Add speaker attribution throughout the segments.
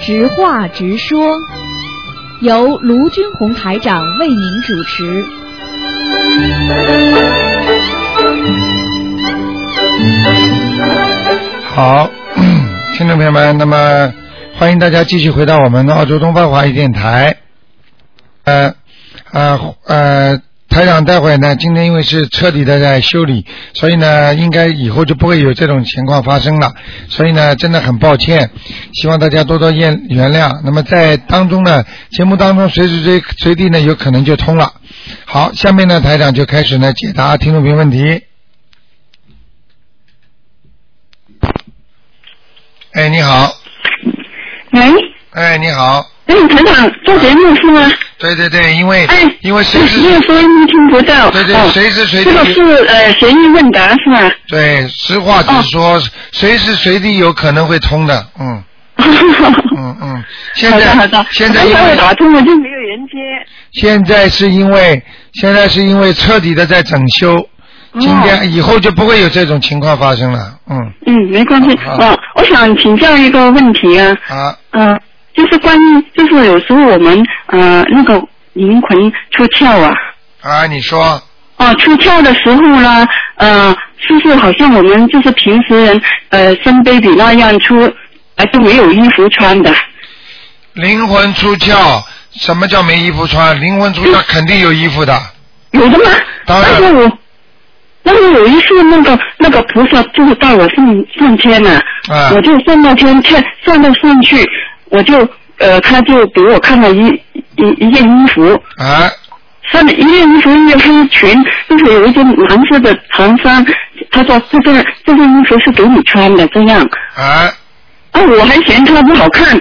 Speaker 1: 直话直说，由卢军红台长为您主持。
Speaker 2: 好， 听众朋友们，那么欢迎大家继续回到我们的澳洲东方华语电台。呃，呃，呃，台长待会呢，今天因为是彻底的在修理，所以呢，应该以后就不会有这种情况发生了。所以呢，真的很抱歉，希望大家多多原原谅。那么在当中呢，节目当中随时随随地呢，有可能就通了。好，下面呢，台长就开始呢解答听众朋友问题。哎，你好，
Speaker 3: 喂，
Speaker 2: 哎，你好，
Speaker 3: 哎，团长做节目是吗？
Speaker 2: 对对对，因为、
Speaker 3: 哎，
Speaker 2: 因为随
Speaker 3: 有
Speaker 2: 时
Speaker 3: 有声音听不到。
Speaker 2: 对对
Speaker 3: 哦
Speaker 2: 随时随地
Speaker 3: 这个是哦呃随意问答是吧？
Speaker 2: 对，实话直说，随时随地有可能会通的，嗯嗯 嗯。现
Speaker 3: 好
Speaker 2: 在
Speaker 3: 的好的，
Speaker 2: 现在因
Speaker 3: 稍微
Speaker 2: 为
Speaker 3: 打通了就没有人接。
Speaker 2: 现在是因为现在是因为彻底的在整修，今天、
Speaker 3: 哦
Speaker 2: 以后就不会有这种情况发生了，嗯
Speaker 3: 嗯，没关系。
Speaker 2: 好
Speaker 3: 哦，我想请教一个问题啊，
Speaker 2: 啊
Speaker 3: 呃，就是关于就是有时候我们呃那个灵魂出窍啊，
Speaker 2: 啊，你说
Speaker 3: 哦，出窍的时候呢，呃，是不是好像我们就是平时人呃生 baby 那样出，还是没有衣服穿的？
Speaker 2: 灵魂出窍，什么叫没衣服穿？灵魂出 窍肯定有衣服的，
Speaker 3: 有的吗？
Speaker 2: 当然
Speaker 3: 但是我，但是有一次那个那个菩萨就是带我上上天了、
Speaker 2: 啊
Speaker 3: 我就上到天天上到上去，我就呃他就给我看了一一一件衣服，
Speaker 2: 啊
Speaker 3: 穿了一件衣服一件黑裙，就是有一件蓝色的长衫，他说这个这件衣服是给你穿的这样，
Speaker 2: 啊
Speaker 3: 啊我还嫌它不好看，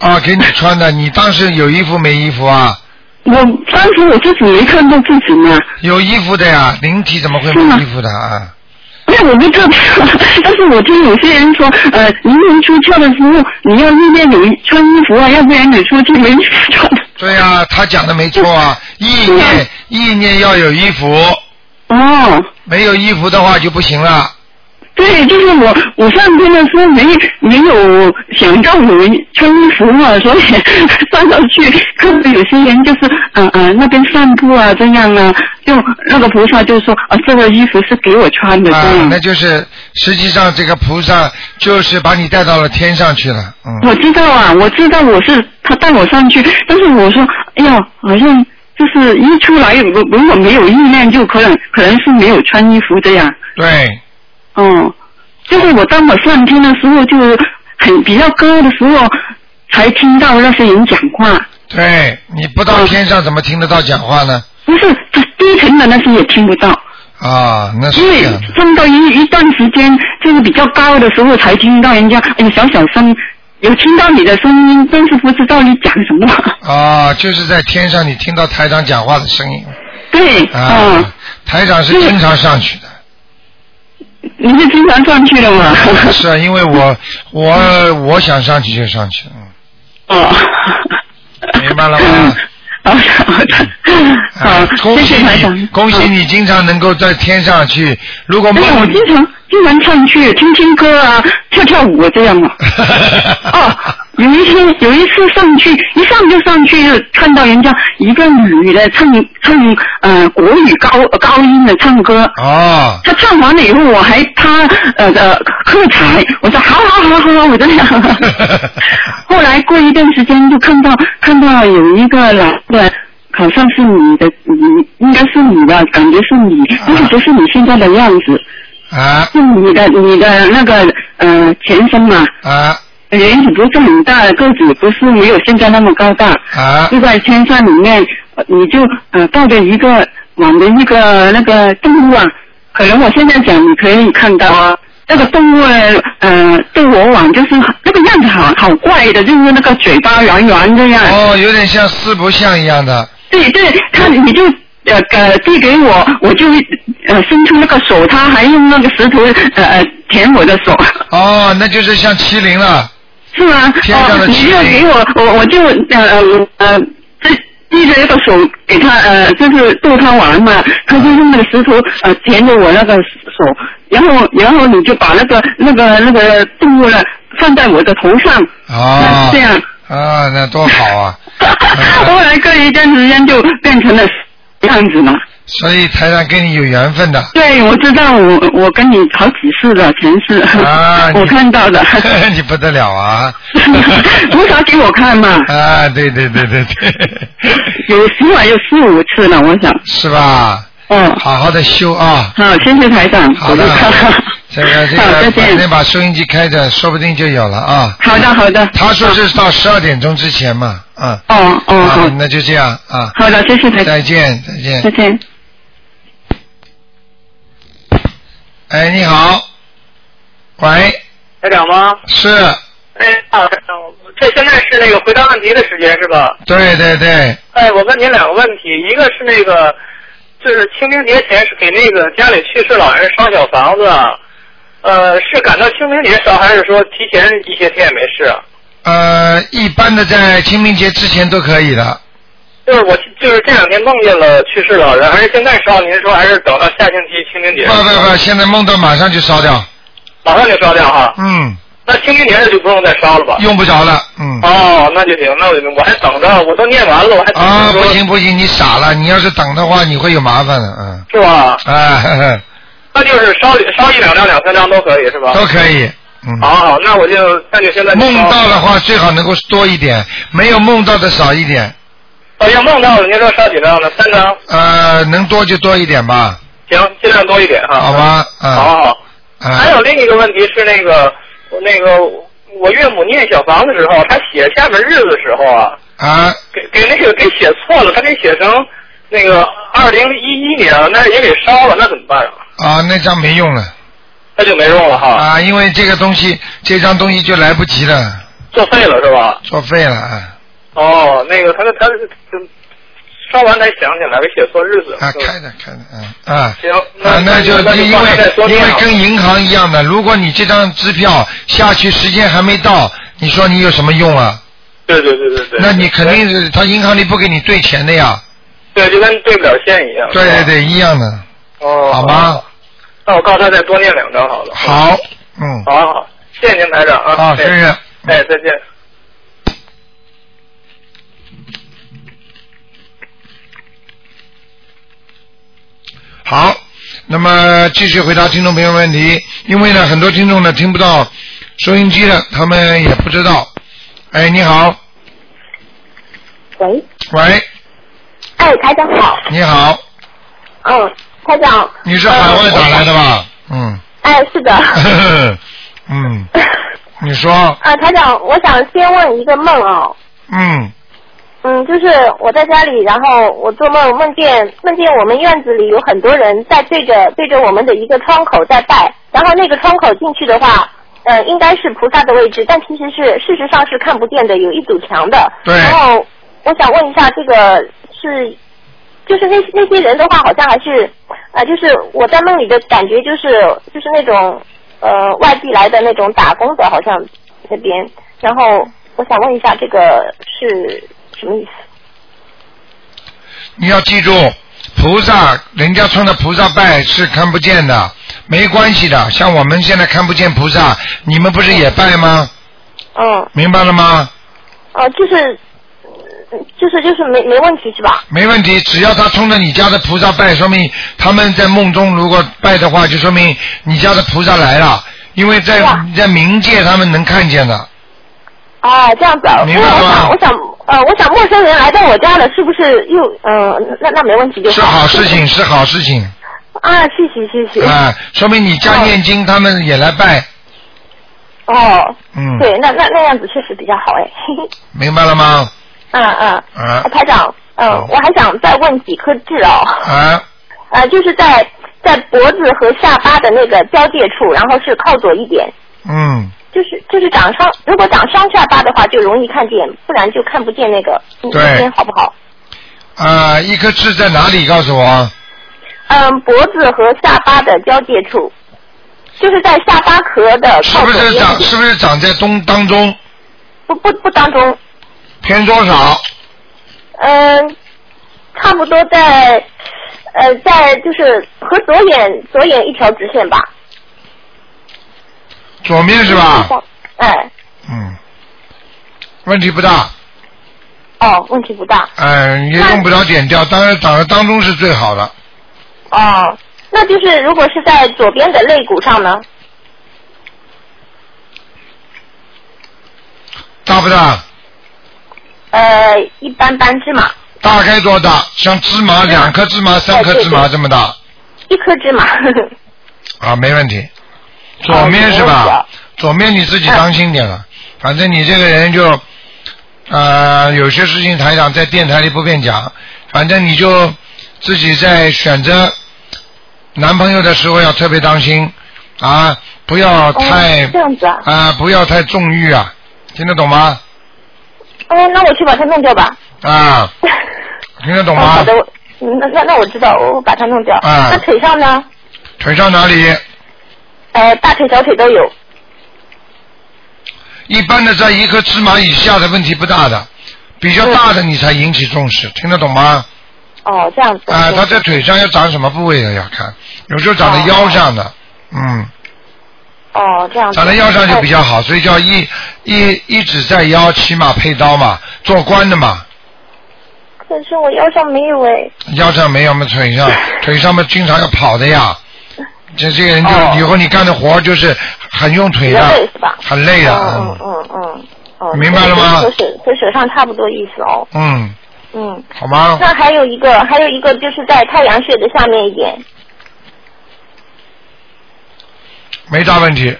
Speaker 2: 啊，给你穿的，你当时有衣服没衣服啊？
Speaker 3: 我当时我自己没看到自己 嘛。
Speaker 2: 有衣服的呀，灵体怎么会没衣服的啊？
Speaker 3: 那哎我不知道，但是我听有些人说，呃，临人出窍的时候，你要一边有穿衣服啊，要不然你出去没衣服穿。
Speaker 2: 对呀、他讲的没错啊，意
Speaker 3: 是
Speaker 2: 念
Speaker 3: 啊
Speaker 2: 意念要有衣服，
Speaker 3: 哦，
Speaker 2: 没有衣服的话就不行了。
Speaker 3: 对，就是我，我上天的时候没没有想到有穿衣服嘛，所以 上到去看到有些人就是，呃呃，那边散步啊这样啊，就那个菩萨就说，啊，这个衣服是给我穿的这
Speaker 2: 啊，
Speaker 3: 样。
Speaker 2: 那就是实际上这个菩萨就是把你带到了天上去了，嗯，
Speaker 3: 我知道啊，我知道我是他带我上去，但是我说，哎呀，好像就是一出来，如如果没有意念，就可能可能是没有穿衣服的呀。
Speaker 2: 对，
Speaker 3: 哦，就是我当我上天的时候，就很比较高的时候，才听到那些人讲话，
Speaker 2: 对，你不到
Speaker 3: 嗯
Speaker 2: 天上怎么听得到讲话呢？
Speaker 3: 不是他低沉的那些也听不到，
Speaker 2: 啊，那是
Speaker 3: 因
Speaker 2: 这
Speaker 3: 为
Speaker 2: 样的，
Speaker 3: 上到一一段时间，就是比较高的时候才听到人家，哎呀，小小声。有听到你的声音，但是不知道你讲什么。
Speaker 2: 啊，就是在天上你听到台长讲话的声音，
Speaker 3: 对，嗯
Speaker 2: 啊，台长是经常上去的。
Speaker 3: 你是经常上去的吗？
Speaker 2: 是啊，因为我我我想上去就上去，嗯，
Speaker 3: 哦，
Speaker 2: 明白了 吗？
Speaker 3: 好 的，好的，
Speaker 2: 啊
Speaker 3: 好，
Speaker 2: 恭
Speaker 3: 谢
Speaker 2: 喜
Speaker 3: 谢台
Speaker 2: 你，
Speaker 3: 长，
Speaker 2: 恭喜你，经常能够在天上去。如果
Speaker 3: 嗯。
Speaker 2: 没
Speaker 3: 对，
Speaker 2: 有
Speaker 3: 我经常经常上去听听歌啊，跳跳舞这 样嘛。哦，有一天有一次上去，一上就上去，看到人家一个女的唱唱呃国语高高音的唱歌，
Speaker 2: 哦，
Speaker 3: 她唱完了以后，我还趴呃的喝彩，我说好好好好，我这样。后来过一段时间就看到 看到有一个老的，好像是你的，你应该是你吧，感觉是你，但是不是你现在的样子，
Speaker 2: 啊
Speaker 3: 是你的你的那个呃前身嘛，
Speaker 2: 啊
Speaker 3: 人体不是很大，个子不是没有现在那么高大，
Speaker 2: 啊
Speaker 3: 就在天上里面，呃你就呃抱着一个网的一个那个动物啊，可能我现在讲你可以看到啊，那个动物呃对我网就是那个样子好好怪的，就是那个嘴巴圆圆这样，
Speaker 2: 哦，有点像四不像一样的，
Speaker 3: 对对，他你就。呃呃，递给我，我就呃伸出那个手，他还用那个石头呃呃舔我的手。
Speaker 2: 哦，那就是像麒麟了，
Speaker 3: 是吗？
Speaker 2: 天上的
Speaker 3: 哦，你
Speaker 2: 麒麟
Speaker 3: 就给我，我我就呃呃呃，这递着那个手给他呃，就是逗他玩嘛，他就用那个石头呃填着我那个手，然后然后你就把那个那个那个动物呢放在我的头上，
Speaker 2: 啊
Speaker 3: 那这样。
Speaker 2: 啊，那多好啊！
Speaker 3: 后来过一段时间就变成了这样子嘛。
Speaker 2: 所以台长跟你有缘分的
Speaker 3: 对，我知道，我我跟你好几次了，前世、
Speaker 2: 啊你
Speaker 3: 我看到 的，
Speaker 2: 你不得了 啊！
Speaker 3: 菩萨给我看嘛，
Speaker 2: 啊，对对对对对，
Speaker 3: 有起码有四五次了，我想，
Speaker 2: 是吧？
Speaker 3: 嗯，
Speaker 2: 好好的修啊！
Speaker 3: 好，谢谢台长，
Speaker 2: 好的
Speaker 3: 我知道
Speaker 2: 这个这
Speaker 3: 好，再
Speaker 2: 个，反
Speaker 3: 见
Speaker 2: 正。把收音机开着，说不定就有了啊。
Speaker 3: 好的，好的。
Speaker 2: 他说是到十二点钟之前嘛，啊，
Speaker 3: 哦哦
Speaker 2: 啊
Speaker 3: 哦，
Speaker 2: 那就这样啊，
Speaker 3: 好的，谢谢台长，
Speaker 2: 再见再见
Speaker 3: 再。见。
Speaker 2: 哎，你好，喂，
Speaker 4: 台长吗？
Speaker 2: 是，
Speaker 4: 哎，啊，台长，这现在是那个回答问题的时间是吧？
Speaker 2: 对对对，
Speaker 4: 哎，我问您两个问题，一个是那个，就是清明节前是给那个家里去世老人烧小房子，呃，是赶到清明节烧，还是说提前一些天也没事啊？
Speaker 2: 呃，一般的在清明节之前都可以的，
Speaker 4: 就是我就是这两天梦见了去世老人，还是现在烧？您说还是等到下星期清明节？
Speaker 2: 不不不，现在梦到马上就烧掉，
Speaker 4: 马上就烧掉哈。
Speaker 2: 嗯，
Speaker 4: 那清明节的就不用再烧了吧？
Speaker 2: 用不着了，嗯。
Speaker 4: 哦，那就行，那我就我还等着，我都念完了，我还等着
Speaker 2: 啊，
Speaker 4: 说
Speaker 2: 不行不行，你傻了，你要是等的话，你会有麻烦的，嗯，
Speaker 4: 是吧？
Speaker 2: 啊， 呵呵
Speaker 4: 那就是烧烧一两张、两三张都可以是吧？
Speaker 2: 都可以，嗯。
Speaker 4: 好好，那我就那就现在就
Speaker 2: 梦
Speaker 4: 烧
Speaker 2: 到的话最好能够多一点，没有梦到的少一点，
Speaker 4: 哦，要梦到了，您说烧几张呢？三张，
Speaker 2: 呃，能多就多一点吧，
Speaker 4: 行，尽量多一点哈。
Speaker 2: 好吧，
Speaker 4: 好好
Speaker 2: 啊
Speaker 4: 好。还
Speaker 2: 啊，
Speaker 4: 有另一个问题是那个我那个我岳母念小房的时候，她写下面日子的时候啊，
Speaker 2: 啊，
Speaker 4: 给给那个给写错了，她给写成那个二零一一年了，那也给烧了，那怎么办啊？
Speaker 2: 啊，那张没用了
Speaker 4: 那就没用了哈，
Speaker 2: 啊，因为这个东西，这张东西就来不及了，
Speaker 4: 作废了是吧？
Speaker 2: 作废了啊
Speaker 4: 哦，那个他他嗯烧完才想起来，给写错日子了
Speaker 2: 啊，
Speaker 4: 是吧
Speaker 2: 开着开着，嗯啊。
Speaker 4: 行，
Speaker 2: 啊，那就
Speaker 4: 那
Speaker 2: 因
Speaker 4: 放下再说
Speaker 2: 为因
Speaker 4: 念
Speaker 2: 为
Speaker 4: 啊
Speaker 2: 跟银行一样的，如果你这张支票下去时间还没到，你说你有什么用啊？
Speaker 4: 对对对对对，
Speaker 2: 那你肯定是他银行里不给你兑钱的呀。
Speaker 4: 对，就跟对不了线一样。
Speaker 2: 对
Speaker 4: 是吧
Speaker 2: 对，对，一样的，
Speaker 4: 哦，
Speaker 2: 好吗？？
Speaker 4: 那我告诉他再多念两张好了。，
Speaker 2: 好，嗯，
Speaker 4: 好好，好谢谢您台长啊。
Speaker 2: 好，
Speaker 4: 哎
Speaker 2: 谢谢。
Speaker 4: 哎，再见。
Speaker 2: 好，那么继续回答听众朋友问题，因为呢，很多听众呢听不到收音机的，他们也不知道。哎，你好，
Speaker 5: 喂，
Speaker 2: 喂，
Speaker 5: 哎，台长好，
Speaker 2: 你好，
Speaker 5: 嗯，台长，
Speaker 2: 你是海外打来的吧？嗯，
Speaker 5: 哎，是的，
Speaker 2: 嗯，你说，
Speaker 5: 呃，台长，我想先问一个梦哦，
Speaker 2: 嗯，
Speaker 5: 嗯，就是我在家里，然后我做梦梦见梦见我们院子里有很多人在对着对着我们的一个窗口在拜，然后那个窗口进去的话，呃，应该是菩萨的位置，但其实是事实上是看不见的，有一堵墙的。
Speaker 2: 对
Speaker 5: 然后我想问一下，这个是就是那那些人的话，好像还是啊、呃就是我在梦里的感觉就是就是那种呃外地来的那种打工的，好像那边。然后我想问一下，这个是什么意思？
Speaker 2: 你要记住，菩萨，人家穿着菩萨拜是看不见的，没关系的。像我们现在看不见菩萨，你们不是也拜吗？
Speaker 5: 嗯，
Speaker 2: 明白了吗？
Speaker 5: 哦、就是嗯就是就是没没问题是吧？
Speaker 2: 没问题，只要他冲着你家的菩萨拜，说明他们在梦中如果拜的话，就说明你家的菩萨来了，因为在
Speaker 5: 哇
Speaker 2: 在冥界他们能看见的。
Speaker 5: 啊，这样子啊，因
Speaker 2: 明
Speaker 5: 为
Speaker 2: 白
Speaker 5: 我
Speaker 2: 了
Speaker 5: 想，我想，呃，我想陌生人来到我家了，是不是又，嗯、那那没问题就是
Speaker 2: 好事情，是好事情
Speaker 5: 啊，谢谢谢谢。
Speaker 2: 啊，说明你家
Speaker 5: 哦
Speaker 2: 念经，他们也来拜，
Speaker 5: 哦，
Speaker 2: 嗯，
Speaker 5: 对，那那那样子确实比较好哎。 嘿嘿
Speaker 2: 明白了吗？
Speaker 5: 嗯嗯，
Speaker 2: 啊
Speaker 5: 台长，嗯、
Speaker 2: 好
Speaker 5: 我还想再问几颗痣哦，
Speaker 2: 啊，
Speaker 5: 呃，就是在在脖子和下巴的那个交界处，然后是靠左一点，
Speaker 2: 嗯，
Speaker 5: 就是就是长上，如果长上下巴的话就容易看见，不然就看不见那个嗯那
Speaker 2: 对
Speaker 5: 边好不好？
Speaker 2: 啊，一颗痣在哪里？告诉我。
Speaker 5: 嗯，脖子和下巴的交界处，就是在下巴壳的
Speaker 2: 是
Speaker 5: 呃靠
Speaker 2: 不
Speaker 5: 左
Speaker 2: 是
Speaker 5: 边一
Speaker 2: 长？
Speaker 5: 点，
Speaker 2: 是不是长在东当中
Speaker 5: 不不不当中，
Speaker 2: 偏多少？
Speaker 5: 嗯，差不多在呃在就是和左眼左眼一条直线吧。
Speaker 2: 左面是吧？？
Speaker 5: 哎，
Speaker 2: 嗯，问题不大，
Speaker 5: 哦，问题不大。
Speaker 2: 嗯，也用不着点掉，当然打了当中是最好的，
Speaker 5: 哦，那就是如果是在左边的肋骨上呢？
Speaker 2: 大不大？
Speaker 5: 呃，一般般芝麻，
Speaker 2: 大概多大？像芝麻，
Speaker 5: 嗯
Speaker 2: 两颗芝麻、三颗芝麻这么大
Speaker 5: 一颗芝麻。
Speaker 2: 啊，没问题。左面是
Speaker 5: 没问题
Speaker 2: 吧
Speaker 5: 啊？
Speaker 2: 左面你自己当心点了，反正你这个人就，呃，有些事情台长在电台里不便讲，反正你就自己在选择男朋友的时候要特别当心啊，不要太
Speaker 5: 哦，这样子啊。
Speaker 2: 啊、不要太纵欲啊，听得懂吗？
Speaker 5: 哎，那我去把它弄掉吧。
Speaker 2: 啊，听得懂
Speaker 5: 哦
Speaker 2: 吗
Speaker 5: 好？的，我嗯那那那我知道，我我把它弄掉。
Speaker 2: 啊
Speaker 5: 那腿上呢？
Speaker 2: 腿上哪里？
Speaker 5: 呃，大腿、小腿都有。
Speaker 2: 一般的在一颗芝麻以下的问题不大的，比较大的你才引起重
Speaker 5: 嗯
Speaker 2: 视，听得懂吗？
Speaker 5: 哦，这样子。
Speaker 2: 啊、他在腿上要长什么部位的啊要看，有时候长在腰上的，嗯，
Speaker 5: 哦，这样子。
Speaker 2: 长在腰上就比较
Speaker 5: 哦
Speaker 2: 好，所以叫一一一指在腰，骑马配刀嘛，做官的嘛，
Speaker 5: 哎。可是我腰上没有哎。
Speaker 2: 腰上没有嘛，腿 上腿上嘛经常要跑的呀，这这个人就、
Speaker 5: 哦
Speaker 2: 以后你干的活就是很用腿
Speaker 5: 比
Speaker 2: 的
Speaker 5: 较，累是吧？
Speaker 2: 很累的，
Speaker 5: 嗯
Speaker 2: 嗯
Speaker 5: 嗯嗯嗯。
Speaker 2: 明白了吗
Speaker 5: 和水和水上差不多意思哦。
Speaker 2: 嗯，
Speaker 5: 嗯。
Speaker 2: 好吗？
Speaker 5: 那还有一个，还有一个就是在太阳穴的下面一点。
Speaker 2: 没大问题，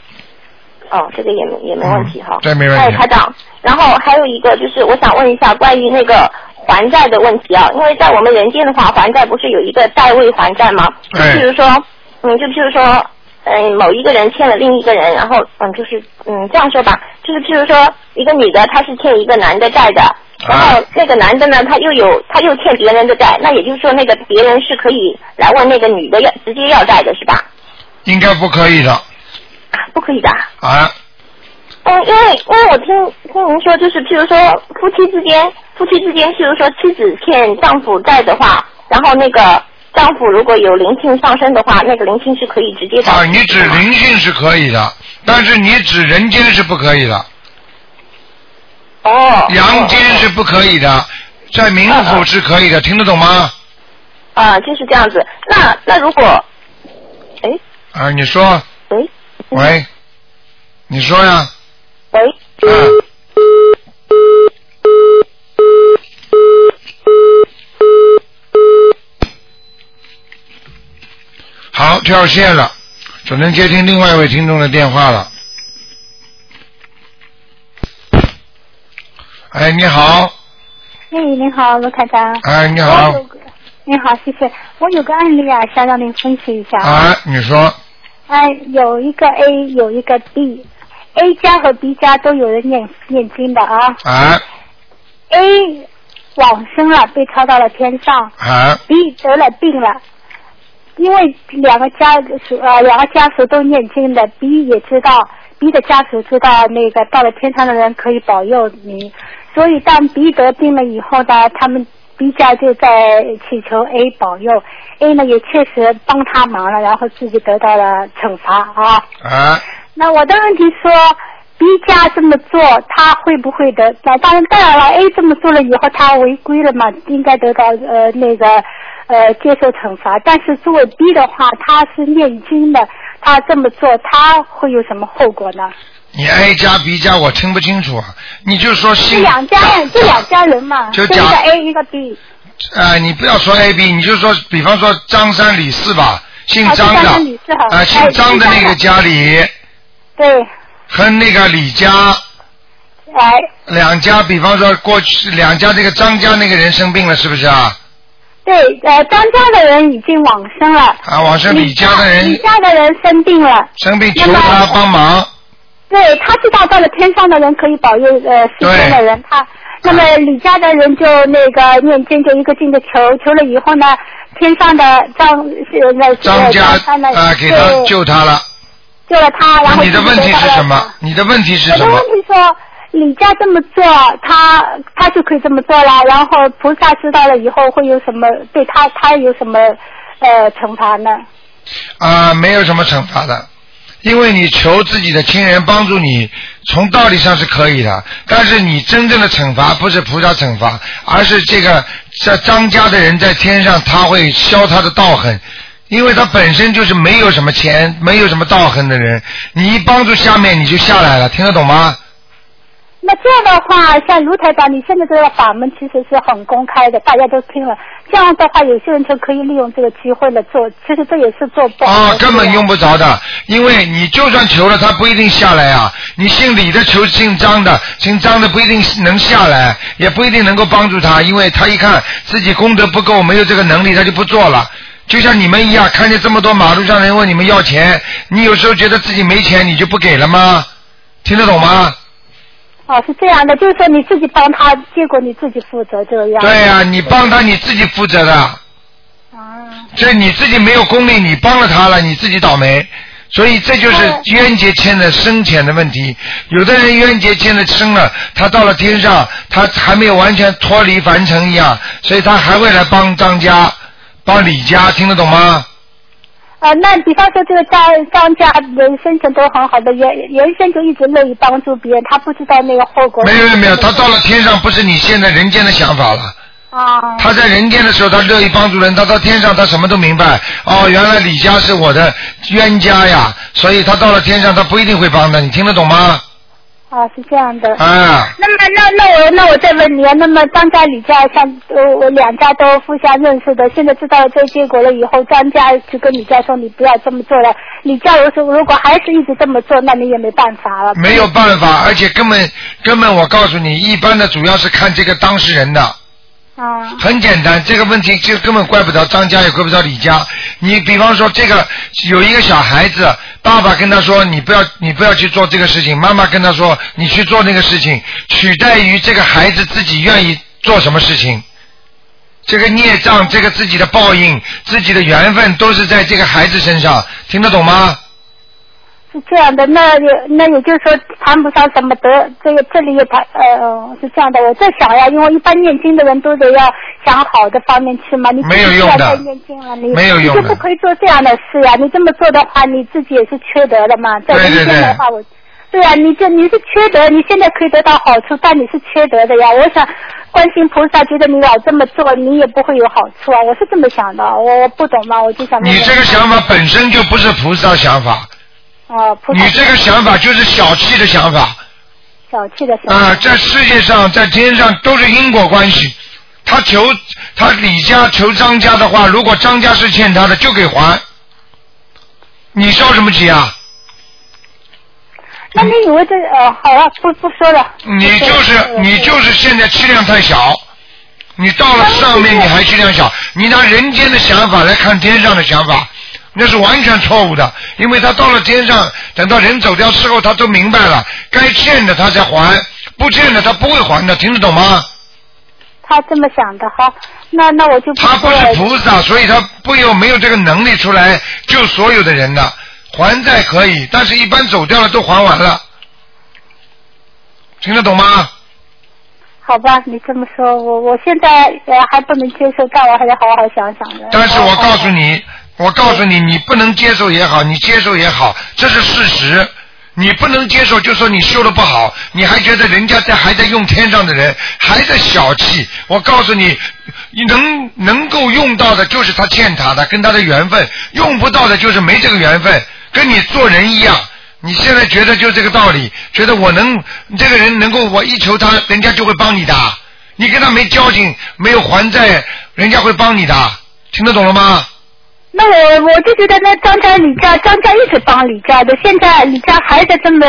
Speaker 5: 哦，这个也没也没问题哈。
Speaker 2: 嗯对没问题
Speaker 5: 还有台长，然后还有一个就是我想问一下关于那个还债的问题啊，因为在我们人间的话，还债不是有一个代位还债吗？就
Speaker 2: 哎
Speaker 5: 譬如说，嗯，就譬如说，嗯，某一个人欠了另一个人，然后嗯，就是嗯，这样说吧，就是譬如说，一个女的她是欠一个男的债的。然
Speaker 2: 啊
Speaker 5: 后那个男的呢，他又有他又欠别人的债，那也就是说，那个别人是可以来问那个女的要直接要债的是吧？
Speaker 2: 应该不可以的
Speaker 5: 啊不可以的啊。
Speaker 2: 啊，
Speaker 5: 嗯，因为因为我听听您说，就是譬如说夫妻之间，夫妻之间，譬如说妻子欠丈夫债的话，然后那个丈夫如果有灵性上升的话，那个灵性是可以直接找
Speaker 2: 啊，你指灵性是可以的，但是你指人间是不可以的，
Speaker 5: 哦，
Speaker 2: 阳间是不可以的，在冥府是可以的，听得懂吗？
Speaker 5: 啊、就是这样子。那那如果，哎
Speaker 2: 啊，你说，
Speaker 5: 喂
Speaker 2: 喂，你说呀，
Speaker 5: 喂，
Speaker 2: 啊，好，掉线了，只能接听另外一位听众的电话了。哎，你好，
Speaker 6: 哎，您好，罗台长。
Speaker 2: 哎，你
Speaker 6: 你
Speaker 2: 好，
Speaker 6: 你好，谢谢。我有个案例啊，想让您分析一下。
Speaker 2: 哎，你说，
Speaker 6: 哎，有一个 A，有一个 B，A 加和 B 加都有人念念经的啊。
Speaker 2: 哎，
Speaker 6: A 往生了，被抄到了天上
Speaker 2: 哎，
Speaker 6: ；B 得了病了。因为两个家属呃，两个家属都念经的，B 也知道，B 的家属知道那个到了天上的人可以保佑你，所以当 B 得病了以后呢，他们 B 家就在祈求 A 保佑，A 呢也确实帮他忙了，然后自己得到了惩罚啊。
Speaker 2: 哎，
Speaker 6: 那我的问题说，B 加这么做，他会不会得？那当然，当然了，A 这么做了以后，他违规了嘛，应该得到呃那个呃接受惩罚。但是作为 B 的话，他是念经的，他这么做，他会有什么后果呢？
Speaker 2: 你 A 加 B 加我听不清楚啊，你就说
Speaker 6: 这
Speaker 2: 信
Speaker 6: 两家人，这两家人嘛，
Speaker 2: 就
Speaker 6: 就一
Speaker 2: 讲
Speaker 6: 个 A 一个 B，
Speaker 2: 哎，你不要说 A B，你就说，比方说张三李四吧，姓
Speaker 6: 啊
Speaker 2: 张
Speaker 6: 张
Speaker 2: 的
Speaker 6: 三李四，好
Speaker 2: 啊，姓
Speaker 6: 哎
Speaker 2: 张的那个家里
Speaker 6: 对，
Speaker 2: 和那个李家
Speaker 6: 哎，
Speaker 2: 两家，比方说过去两家这个张家那个人生病了，是不是啊？
Speaker 6: 对，呃，张家的人已经往生了，
Speaker 2: 啊，往生李家的
Speaker 6: 李
Speaker 2: 人
Speaker 6: 家的人生病了。
Speaker 2: 生病求他帮忙，
Speaker 6: 对他知道到了天上的人可以保佑呃世间的人，他那么李家的人就那个念经就一个劲的求，求了以后呢，天上的张是那
Speaker 2: 张家
Speaker 6: 呢
Speaker 2: 啊给他
Speaker 6: 对
Speaker 2: 救他了。
Speaker 6: 救了他，然后
Speaker 2: 你的问题
Speaker 6: 就是得到了
Speaker 2: 什么？你的问题是
Speaker 6: 我
Speaker 2: 什
Speaker 6: 的
Speaker 2: 么
Speaker 6: 问？题说，李家这么做，他他就可以这么做了，然后菩萨知道了以后会有什么对他他有什么呃惩罚呢？
Speaker 2: 啊，没有什么惩罚的，因为你求自己的亲人帮助你，从道理上是可以的，但是你真正的惩罚不是菩萨惩罚，而是这个这张家的人在天上他会消他的道恨。因为他本身就是没有什么钱、没有什么道行的人，你一帮助下面你就下来了，听得懂吗？
Speaker 6: 那这样的话，像卢台长，你现在这个法门其实是很公开的，大家都听了。这样的话，有些人就可以利用这个机会了做，其实这也是做不好
Speaker 2: 啊
Speaker 6: 的，
Speaker 2: 根本
Speaker 6: 事
Speaker 2: 用不着的，因为你就算求了，他不一定下来啊。你姓李的求姓张的，姓张的不一定能下来，也不一定能够帮助他，因为他一看自己功德不够，没有这个能力，他就不做了。就像你们一样，看见这么多马路上人问你们要钱，你有时候觉得自己没钱，你就不给了吗？听得懂吗？
Speaker 6: 哦，是这样的，就是说你自己帮他，结果你自己负责这样。
Speaker 2: 对呀、你帮他你自己负责的。
Speaker 6: 啊，
Speaker 2: 这你自己没有功力，你帮了他了，你自己倒霉。所以这就是冤结欠的深浅的问题。有的人冤结欠的深了，他到了天上，他还没有完全脱离凡尘一样，所以他还会来帮张家、帮李家，听得懂吗？
Speaker 6: 啊，那比方说这个张张家人生前都很好的，原原生就一直乐意帮助别人，他不知道那个后果。
Speaker 2: 没有没有没有，他到了天上不是你现在人间的想法了。
Speaker 6: 啊，
Speaker 2: 他在人间的时候，他乐意帮助人；他到天上，他什么都明白。哦，原来李家是我的冤家呀，所以他到了天上，他不一定会帮的。你听得懂吗？
Speaker 6: 啊，是这样的。
Speaker 2: 啊。
Speaker 6: 那么，那那我那我再问你啊，那么张家李家像呃我两家都互相认识的，现在知道这个结果了以后，张家就跟李家说你不要这么做了，李家如果如果还是一直这么做，那你也没办法了。
Speaker 2: 没有办法，而且根本根本，我告诉你，一般的主要是看这个当事人的，
Speaker 6: 啊
Speaker 2: 很简单，这个问题就根本怪不着张家，也怪不着李家。你比方说，这个有一个小孩子，爸爸跟他说你不要你不要去做这个事情，妈妈跟他说你去做那个事情，取代于这个孩子自己愿意做什么事情。这个孽障，这个自己的报应，自己的缘分，都是在这个孩子身上，听得懂吗？
Speaker 6: 是这样的，那也那也就是说谈不上什么得，这个这里也谈呃是这样的，我在想呀，因为一般念经的人都得要向好的方面去嘛，你
Speaker 2: 没有用的
Speaker 6: 自己不要再念经了，你
Speaker 2: 没有用的
Speaker 6: 你就不可以做这样的事呀，你这么做的话，你自己也是缺德的嘛，在
Speaker 2: 对
Speaker 6: 人
Speaker 2: 对
Speaker 6: 间的话，我。对啊，你这你是缺德，你现在可以得到好处，但你是缺德的呀。我想，观世音菩萨觉得你老这么做，你也不会有好处啊。我是这么想的，我我不懂嘛，我就想问
Speaker 2: 你
Speaker 6: 问
Speaker 2: 这个想法本身就不是菩萨想法，
Speaker 6: 哦，菩萨
Speaker 2: 你这个想法就是小气的想法
Speaker 6: 小气的小气
Speaker 2: 啊、在世界上，在天上都是因果关系。他求他李家求张家的话，如果张家是欠他的，就给还。你着什么急啊？
Speaker 6: 那你以为这呃，好了，不不说了。
Speaker 2: 你就是你就是现在气量太小，你到了上面你还气量小，你拿人间的想法来看天上的想法，那是完全错误的。因为他到了天上，等到人走掉之后，他都明白了，该欠的他才还，不欠的他不会还的，听得懂吗？
Speaker 6: 他这么想的哈，那那我就不
Speaker 2: 他不
Speaker 6: 说
Speaker 2: 是
Speaker 6: 了。
Speaker 2: 菩萨，所以他不有没有这个能力出来救所有的人的，还债可以，但是一般走掉了都还完了，听得懂吗？
Speaker 6: 好吧，你这么说，我我现在呃还不能接受，但我还得好好想想的。
Speaker 2: 但是我告诉
Speaker 6: 你，
Speaker 2: 你，我告诉你，你不能接受也好，你接受也好，这是事实。你不能接受，就说你修的不好，你还觉得人家在还在用天上的人还在小气。我告诉你，你能能够用到的，就是他欠他的，跟他的缘分；用不到的，就是没这个缘分，跟你做人一样。你现在觉得就这个道理，觉得我能这个人能够我一求他，人家就会帮你的。你跟他没交情，没有还债，人家会帮你的。听得懂了吗？
Speaker 6: 那我我就觉得那张家李家张家一直帮李家的，现在李家还在这么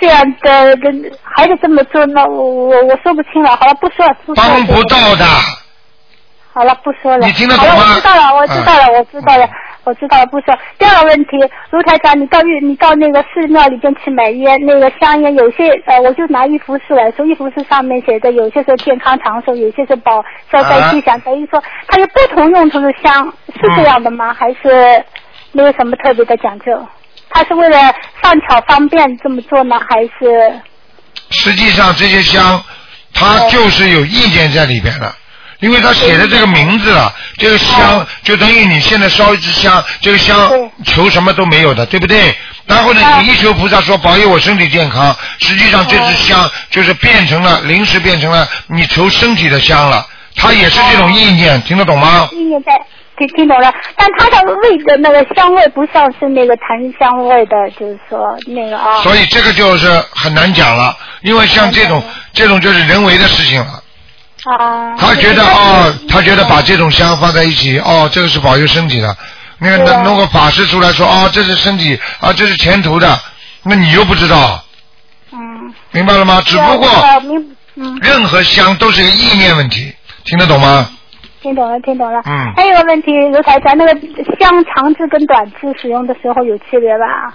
Speaker 6: 这样的跟还在这么做，那我我我说不清了。好了，不说了，不说了
Speaker 2: 帮不到的。
Speaker 6: 好了，不说了。
Speaker 2: 你听得懂吗嗯
Speaker 6: 好了，我知道了，我知道了，我知道了，我知道了，不说。第二个问题，卢台长，你到玉，你到那个寺庙里边去买烟，那个香烟，有些呃，我就拿一幅书来说，一幅书上面写的，有些是健康长寿，有些是保消灾吉祥，等于说它有不同用途的香，是这样的吗？还是没有什么特别的讲究？它是为了善巧方便这么做呢，还是
Speaker 2: 实际上这些香，它就是有意见在里边了，因为它写的这个名字了，这个香就等于你现在烧一支香，这个香
Speaker 6: 对
Speaker 2: 求什么都没有的，对不对？然后呢，你一求菩萨说保佑我身体健康，实际上这支香就是变成了临时变成了你求身体的香了，它也是这种意念，听得懂吗？
Speaker 6: 意念在听听懂了，但它的味的那个香味不像是那个檀香味的，就是说那个啊。
Speaker 2: 所以这个就是很难讲了，因为像这种这种就是人为的事情了。
Speaker 6: 啊。
Speaker 2: 他觉得哦，他觉得把这种香放在一起，哦，这个是保佑身体的。那个
Speaker 6: 啊
Speaker 2: 弄弄个法师出来说，哦，这是身体啊，这是前途的，那你又不知道，
Speaker 6: 嗯。
Speaker 2: 明白了吗？只不
Speaker 6: 对
Speaker 2: 过
Speaker 6: 啊明嗯，
Speaker 2: 任何香都是个意念问题，听得懂吗？
Speaker 6: 听懂了，听懂了。
Speaker 2: 嗯
Speaker 6: 还有个问题，卢台长，那个香长制跟短制使用的时候有区别吧？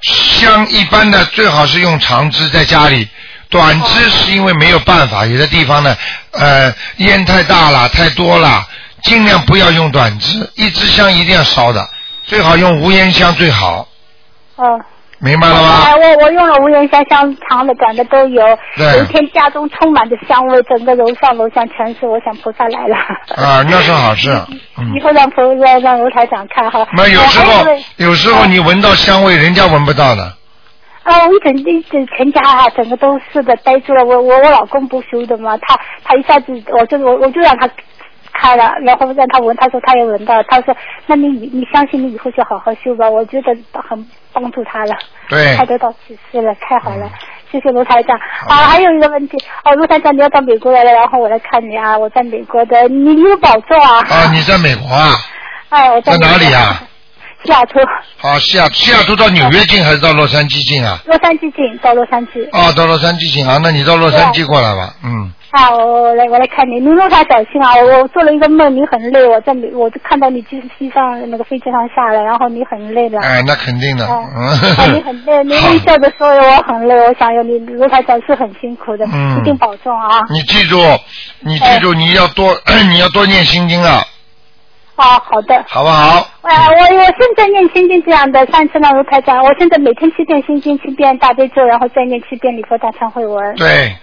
Speaker 2: 香一般的最好是用长枝在家里，短枝是因为没有办
Speaker 6: 哦
Speaker 2: 法，有的地方呢，呃，烟太大了，太多了，尽量不要用短枝，一支香一定要烧的，最好用无烟香最好，
Speaker 6: 哦。
Speaker 2: 明白了吗？
Speaker 6: 哎，我我用了无人香香长的、短的都有。
Speaker 2: 对
Speaker 6: 有一天家中充满着香味，整个楼上楼下全是。我想菩萨来了。
Speaker 2: 啊，那是好事，嗯
Speaker 6: 以。后让菩萨让卢台长看哈。
Speaker 2: 那有时
Speaker 6: 哎还
Speaker 2: 候
Speaker 6: 一位，
Speaker 2: 有时候你闻到香味，人家闻不到的。
Speaker 6: 啊，我一整一整全家啊，整个都是的呆住了。我我我老公不修的嘛，他他一下子我就我我就让他开了，然后让他闻，他说他也闻到，他说那你以你相信你以后就好好修吧，我觉得很帮助他了，
Speaker 2: 对
Speaker 6: 他，得到启示了，太好了。谢谢卢台长
Speaker 2: 哎嗯好
Speaker 6: 啊，还有一个问题哦，卢台长你要到美国来了，然后我来看你啊，我在美国的，你你有保重啊！
Speaker 2: 啊，你在美国啊？
Speaker 6: 哎，我在
Speaker 2: 在哪里啊？？
Speaker 6: 西雅图，
Speaker 2: 好，西雅西雅图到纽约近还是到洛杉矶近啊？
Speaker 6: 洛杉矶近，到洛杉矶。
Speaker 2: 哦，到洛杉矶行啊，那你到洛杉矶过来吧，嗯，
Speaker 6: 嗯啊，我来我来看你，您路上小心啊！我我做了一个梦，你很累，我在美，我就看到你机机上那个飞机上下来，然后你很累的。
Speaker 2: 哎，那肯定 的，
Speaker 6: 哦
Speaker 2: 嗯，
Speaker 6: 啊，你很累，您微笑的说我很累，我想要你卢台长是很辛苦的，
Speaker 2: 嗯
Speaker 6: 一定保重啊！
Speaker 2: 你记住，你记住，你要多， 你要多念心经啊，
Speaker 6: 啊，好的。
Speaker 2: 好不好？
Speaker 6: 哎、我我现在念心经这样的，上次让卢台长，我现在每天七遍心经，七遍大悲咒，然后再念七遍礼佛大忏悔文。
Speaker 2: 对，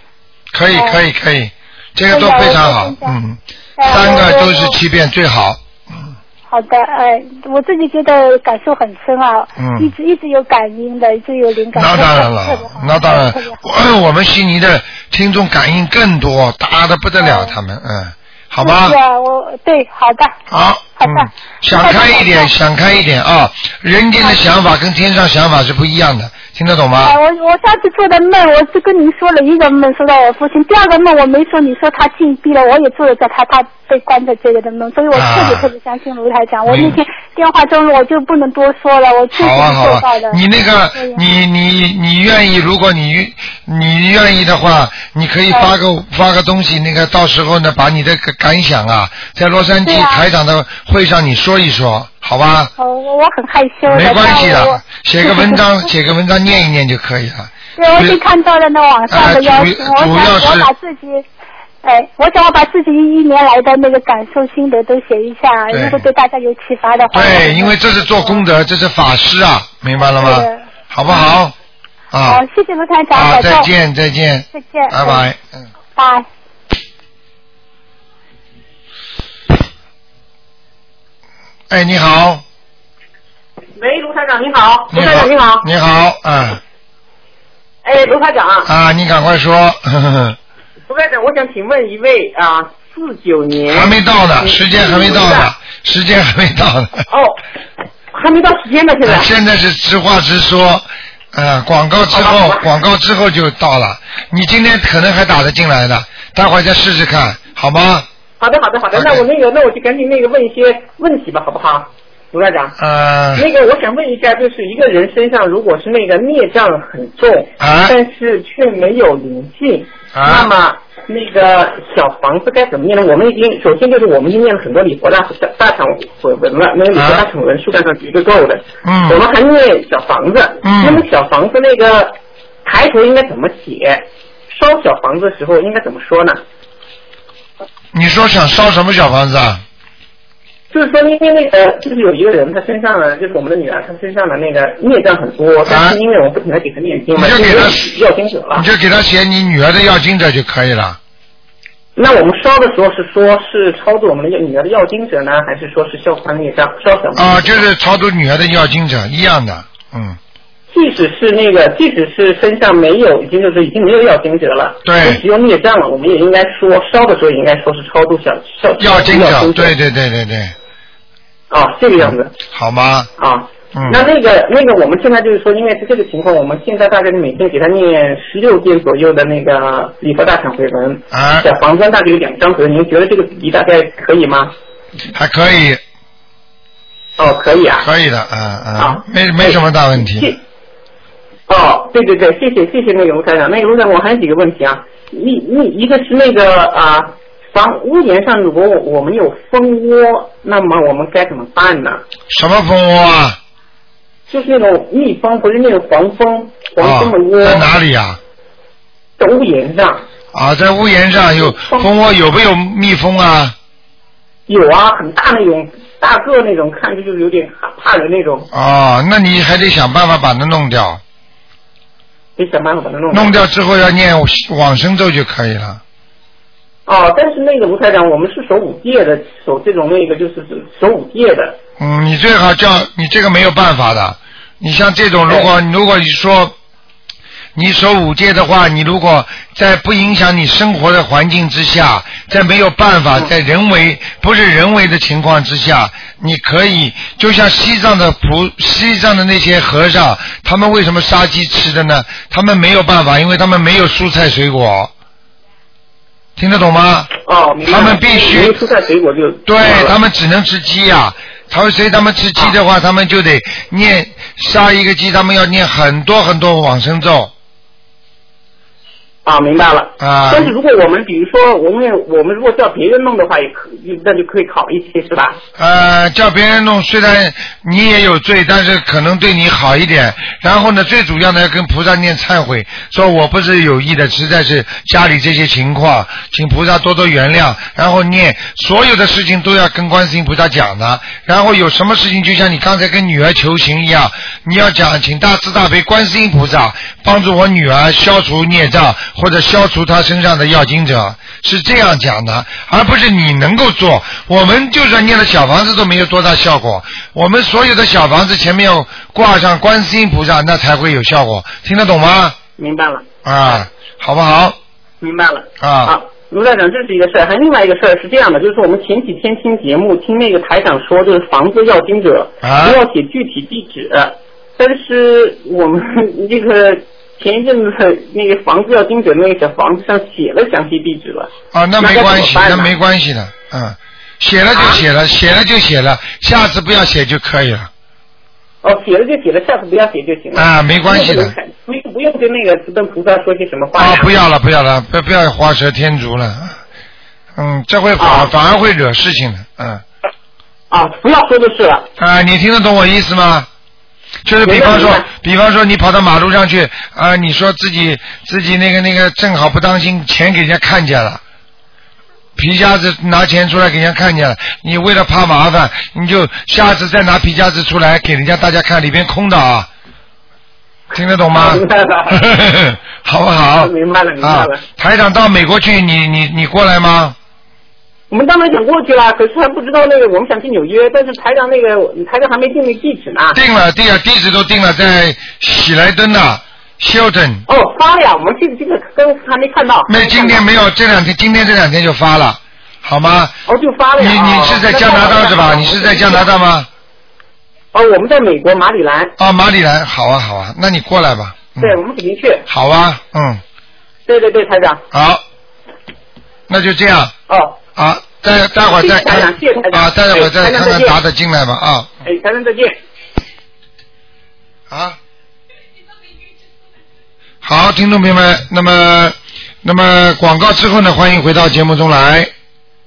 Speaker 2: 可以，
Speaker 6: 哎
Speaker 2: 可以，可以，这个都非常好，嗯，
Speaker 6: 哎
Speaker 2: 三个
Speaker 6: 我
Speaker 2: 都是七遍最好，
Speaker 6: 好的，呃，我自己觉得感受很深啊，
Speaker 2: 嗯
Speaker 6: 一直一直有感应的，一直有灵感。
Speaker 2: 那当然
Speaker 6: 特
Speaker 2: 了
Speaker 6: 别好，
Speaker 2: 那当然
Speaker 6: 特别，好
Speaker 2: 我我们悉尼的听众感应更多，大的不得了，他们，嗯，好吧
Speaker 6: 是，啊，我对，好的，
Speaker 2: 好，
Speaker 6: 好的
Speaker 2: 嗯，想开一点，
Speaker 6: 好的
Speaker 2: 想开一点啊！人间的想法跟天上想法是不一样的，听得懂吗
Speaker 6: 哎，？我我上次做的梦，我就跟您说了一个梦，说到我父亲；第二个梦我没说，你说他禁闭了，我也做了个他他被关在这里的梦，所以我特别
Speaker 2: 啊
Speaker 6: 特别相信卢台长。我那
Speaker 2: 明
Speaker 6: 天电话中我就不能多说了，我确实
Speaker 2: 好啊，好
Speaker 6: 做
Speaker 2: 啊
Speaker 6: 到的。，
Speaker 2: 你那个
Speaker 6: 对呀，
Speaker 2: 你你你愿意，如果你你愿意的话，你可以发个发个东西，那个到时候呢，把你的感感想啊，在洛杉
Speaker 6: 对
Speaker 2: 矶
Speaker 6: 啊
Speaker 2: 台长的会上你说一说，好吧？
Speaker 6: 哦，我我很害羞的，
Speaker 2: 没关系
Speaker 6: 但我
Speaker 2: 的，写个文 章，写个文章念一念就可以了。
Speaker 6: 对，我已经看到了那网上的邀请，
Speaker 2: 呃主主
Speaker 6: 我
Speaker 2: 要
Speaker 6: 想
Speaker 2: 是
Speaker 6: 我把自己，哎，我想我把自己一年来的那个感受心得都写一下，
Speaker 2: 对
Speaker 6: 如果对大家有启发的话。
Speaker 2: 对，因为这是做功德，这是法师啊，明白了吗
Speaker 6: 对的？
Speaker 2: 好不好？啊
Speaker 6: 好，谢谢卢台长，
Speaker 2: 啊，
Speaker 6: 保重
Speaker 2: 再，见再见，
Speaker 6: 再见，
Speaker 2: 拜拜，嗯。
Speaker 6: 拜。
Speaker 2: 哎，你好，
Speaker 7: 喂，卢台长你好，卢
Speaker 2: 你
Speaker 7: 台
Speaker 2: 好，
Speaker 7: 长你好，
Speaker 2: 你好，啊
Speaker 7: 哎，卢台长，
Speaker 2: 啊，你赶快说，呵呵呵
Speaker 7: 卢台长，我想请问一位啊，四九年
Speaker 2: 还没到呢，时间还没到呢
Speaker 7: 呢，
Speaker 2: 时间还没到呢。
Speaker 7: 哦，还没到时间呢，现在、
Speaker 2: 啊现在是直话直说，呃，广告之
Speaker 7: 好
Speaker 2: 后
Speaker 7: 吧好吧，
Speaker 2: 广告之后就到了。你今天可能还打得进来的，待会儿再试试看，好吗？
Speaker 7: 好的，好的，好的，
Speaker 2: 好的
Speaker 7: 那我那个，那我就赶紧那个问一些问题吧，好不好，卢台长？
Speaker 2: 呃，
Speaker 7: 那个，我想问一下，就是一个人身上如果是那个孽障很重，
Speaker 2: 啊
Speaker 7: 但是却没有灵性，
Speaker 2: 啊
Speaker 7: 那么那个小房子该怎么念呢？我们已经首先就是我们已经念了很多礼佛大大忏悔文了，那个礼佛大忏悔文数量上绝对够的。
Speaker 2: 啊嗯
Speaker 7: 我们还念小房子，
Speaker 2: 嗯
Speaker 7: 那么小房子那个抬头应该怎么写？烧小房子的时候应该怎么说呢？
Speaker 2: 你说想烧什么小房子啊？
Speaker 7: 就是说，因为那个，就是有一个人，他身上呢，就是我们的女儿，她身上的那个孽障很多，但是因为我不停的给她念经嘛，
Speaker 2: 啊你就给
Speaker 7: 因为
Speaker 2: 她
Speaker 7: 要经者了
Speaker 2: 你。就给他写你女儿的要经者就可以了。
Speaker 7: 那我们烧的时候是说是超度我们的女儿的要经者呢，还
Speaker 2: 啊
Speaker 7: 是说是消除她的孽障？烧什么？
Speaker 2: 啊，就是超度女儿的要经者一样的，嗯，
Speaker 7: 即使是那个，即使是身上没有，已经就是已经没有药精者了，
Speaker 2: 对
Speaker 7: 只有孽障了，我们也应该说烧的时候也应该说是超度小烧
Speaker 2: 要经
Speaker 7: 烧
Speaker 2: 者，
Speaker 7: 精
Speaker 2: 对对对对对，
Speaker 7: 啊，这个样子
Speaker 2: 好吗？
Speaker 7: 啊。
Speaker 2: 嗯，
Speaker 7: 那那个那个，我们现在就是说，因为是这个情况，我们现在大概每天给他念十六遍左右的那个礼佛大忏悔文，
Speaker 2: 啊
Speaker 7: 小房子大概有两张左右，您觉得这个比例大概可以吗？
Speaker 2: 还可以，
Speaker 7: 哦，可以啊。嗯
Speaker 2: 可以的，嗯嗯
Speaker 7: 啊，
Speaker 2: 没没什么大问题。
Speaker 7: 谢。哦，对对对，谢谢谢谢那个卢台长，那个卢台长，我还有几个问题啊。一一一个是那个啊，房屋檐上如果我们有蜂窝，那么我们该怎么办呢？
Speaker 2: 什么蜂窝啊？
Speaker 7: 就是那种蜜蜂，不是那种黄蜂，黄
Speaker 2: 啊
Speaker 7: 蜂的窝、，
Speaker 2: 在哪里啊？
Speaker 7: 在屋檐上
Speaker 2: 啊，在屋檐上有蜂窝，有没有蜜蜂啊？
Speaker 7: 有啊，很大那种大个那种，看着就是有点啊怕怕人那种，
Speaker 2: 哦，那你还得想办法把它弄掉，
Speaker 7: 得想办法把它弄
Speaker 2: 弄掉之后要念往生咒就可以了。
Speaker 7: 哦，但是那个卢台长，我们是守五戒的，守这种那个就是守五戒的。
Speaker 2: 嗯，你最好叫你这个没有办法的。你像这种，如果如果你说你守五戒的话，你如果在不影响你生活的环境之下，在没有办法，在人为不是人为的情况之下，你可以就像西藏的菩西藏的那些和尚，他们为什么杀鸡吃的呢？他们没有办法，因为他们没有蔬菜水果，听得懂吗？
Speaker 7: 哦，明白了
Speaker 2: 他们必须
Speaker 7: 没有蔬菜水果就
Speaker 2: 对他们只能吃鸡呀、他们所以他们吃鸡的话，他们就得念杀一个鸡，他们要念很多很多往生咒
Speaker 7: 啊，明白了。
Speaker 2: 啊。
Speaker 7: 但是如果我们比如说我们我们如果叫别人弄的话，也可那就可以考一些是吧？
Speaker 2: 呃，叫别人弄，虽然你也有罪，但是可能对你好一点。然后呢，最主要呢要跟菩萨念忏悔，说我不是有意的，实在是家里这些情况，请菩萨多多原谅。然后念所有的事情都要跟观世音菩萨讲的。然后有什么事情，就像你刚才跟女儿求情一样，你要讲，请大慈大悲观世音菩萨帮助我女儿消除孽障，或者消除她身上的药精者，是这样讲的，而不是你能够做。我们就算念了小房子都没有多大效果，我们所有的小房子前面要挂上观世音菩萨，那才会有效果。听得懂吗？
Speaker 7: 明白了，
Speaker 2: 啊，好不好？
Speaker 7: 明白了。
Speaker 2: 啊，
Speaker 7: 啊，卢站长，这是一个事儿，还有另外一个事儿是这样的，就是说我们前几天听节目，听那个台长说，就是房子要经者
Speaker 2: 啊
Speaker 7: 不要写具体地址，但是我们 这个前一阵子那个房子要经者那个小房子上写了详细地址了，
Speaker 2: 啊，那没
Speaker 7: 那该怎么
Speaker 2: 关系，
Speaker 7: 办
Speaker 2: 那
Speaker 7: 呢
Speaker 2: 没关系的，嗯，写了就写了，写了就写了，下次不要写就可以了。
Speaker 7: 哦，写了就写了，下次不要写就行了。
Speaker 2: 啊没关系的
Speaker 7: 不用不用跟那个慈灯菩萨说些什么话
Speaker 2: 啊
Speaker 7: 呀。，
Speaker 2: 不要了，不要了，不不要画蛇添足了。嗯，这会反、
Speaker 7: 啊
Speaker 2: 反而会惹事情的，嗯。
Speaker 7: 啊，不要说就是了。
Speaker 2: 啊，你听得懂我意思吗？就是比方说
Speaker 7: 明白明白，
Speaker 2: 比方说你跑到马路上去，啊，你说自己自己那个那个正好不当心钱给人家看见了，皮夹子拿钱出来给人家看见了，你为了怕麻烦，你就下次再拿皮夹子出来给人家大家看，里边空的啊，听得懂吗
Speaker 7: 啊明白了？
Speaker 2: 好不好？
Speaker 7: 明白了明白
Speaker 2: 啊
Speaker 7: 了，
Speaker 2: 台长到美国去，你你你过来吗？
Speaker 7: 我们当然想过去了，可是还不知道那个，我们想去纽约，但是台长那个台长还没定那地址呢。
Speaker 2: 定了，地啊，地址都定了，在喜来登呐、休整。
Speaker 7: 哦，发了呀，我们这个这个跟还没看到。
Speaker 2: 没，今天没有，这两天，今天这两天就发了，好吗？
Speaker 7: 哦，就发了
Speaker 2: 你
Speaker 7: 呀。
Speaker 2: 你
Speaker 7: 哦
Speaker 2: 是在加拿大是吧？你是在加拿大？吗？
Speaker 7: 哦，我们在美国马里兰，
Speaker 2: 啊，马里兰，好啊好啊，那你过来吧。嗯
Speaker 7: 嗯对，我们肯定去。
Speaker 2: 好啊，嗯，
Speaker 7: 对对对，台长。
Speaker 2: 好，那就这样
Speaker 7: 哦，
Speaker 2: 啊，待待会儿再
Speaker 7: 谢谢台长
Speaker 2: 看
Speaker 7: 谢谢台长
Speaker 2: 啊，待会儿再
Speaker 7: 哎台
Speaker 2: 看
Speaker 7: 长
Speaker 2: 看
Speaker 7: 再见
Speaker 2: 打得进来吧啊
Speaker 7: 哎，台长再见。
Speaker 2: 啊。好，听众朋友们，那么那么广告之后呢，欢迎回到节目中来。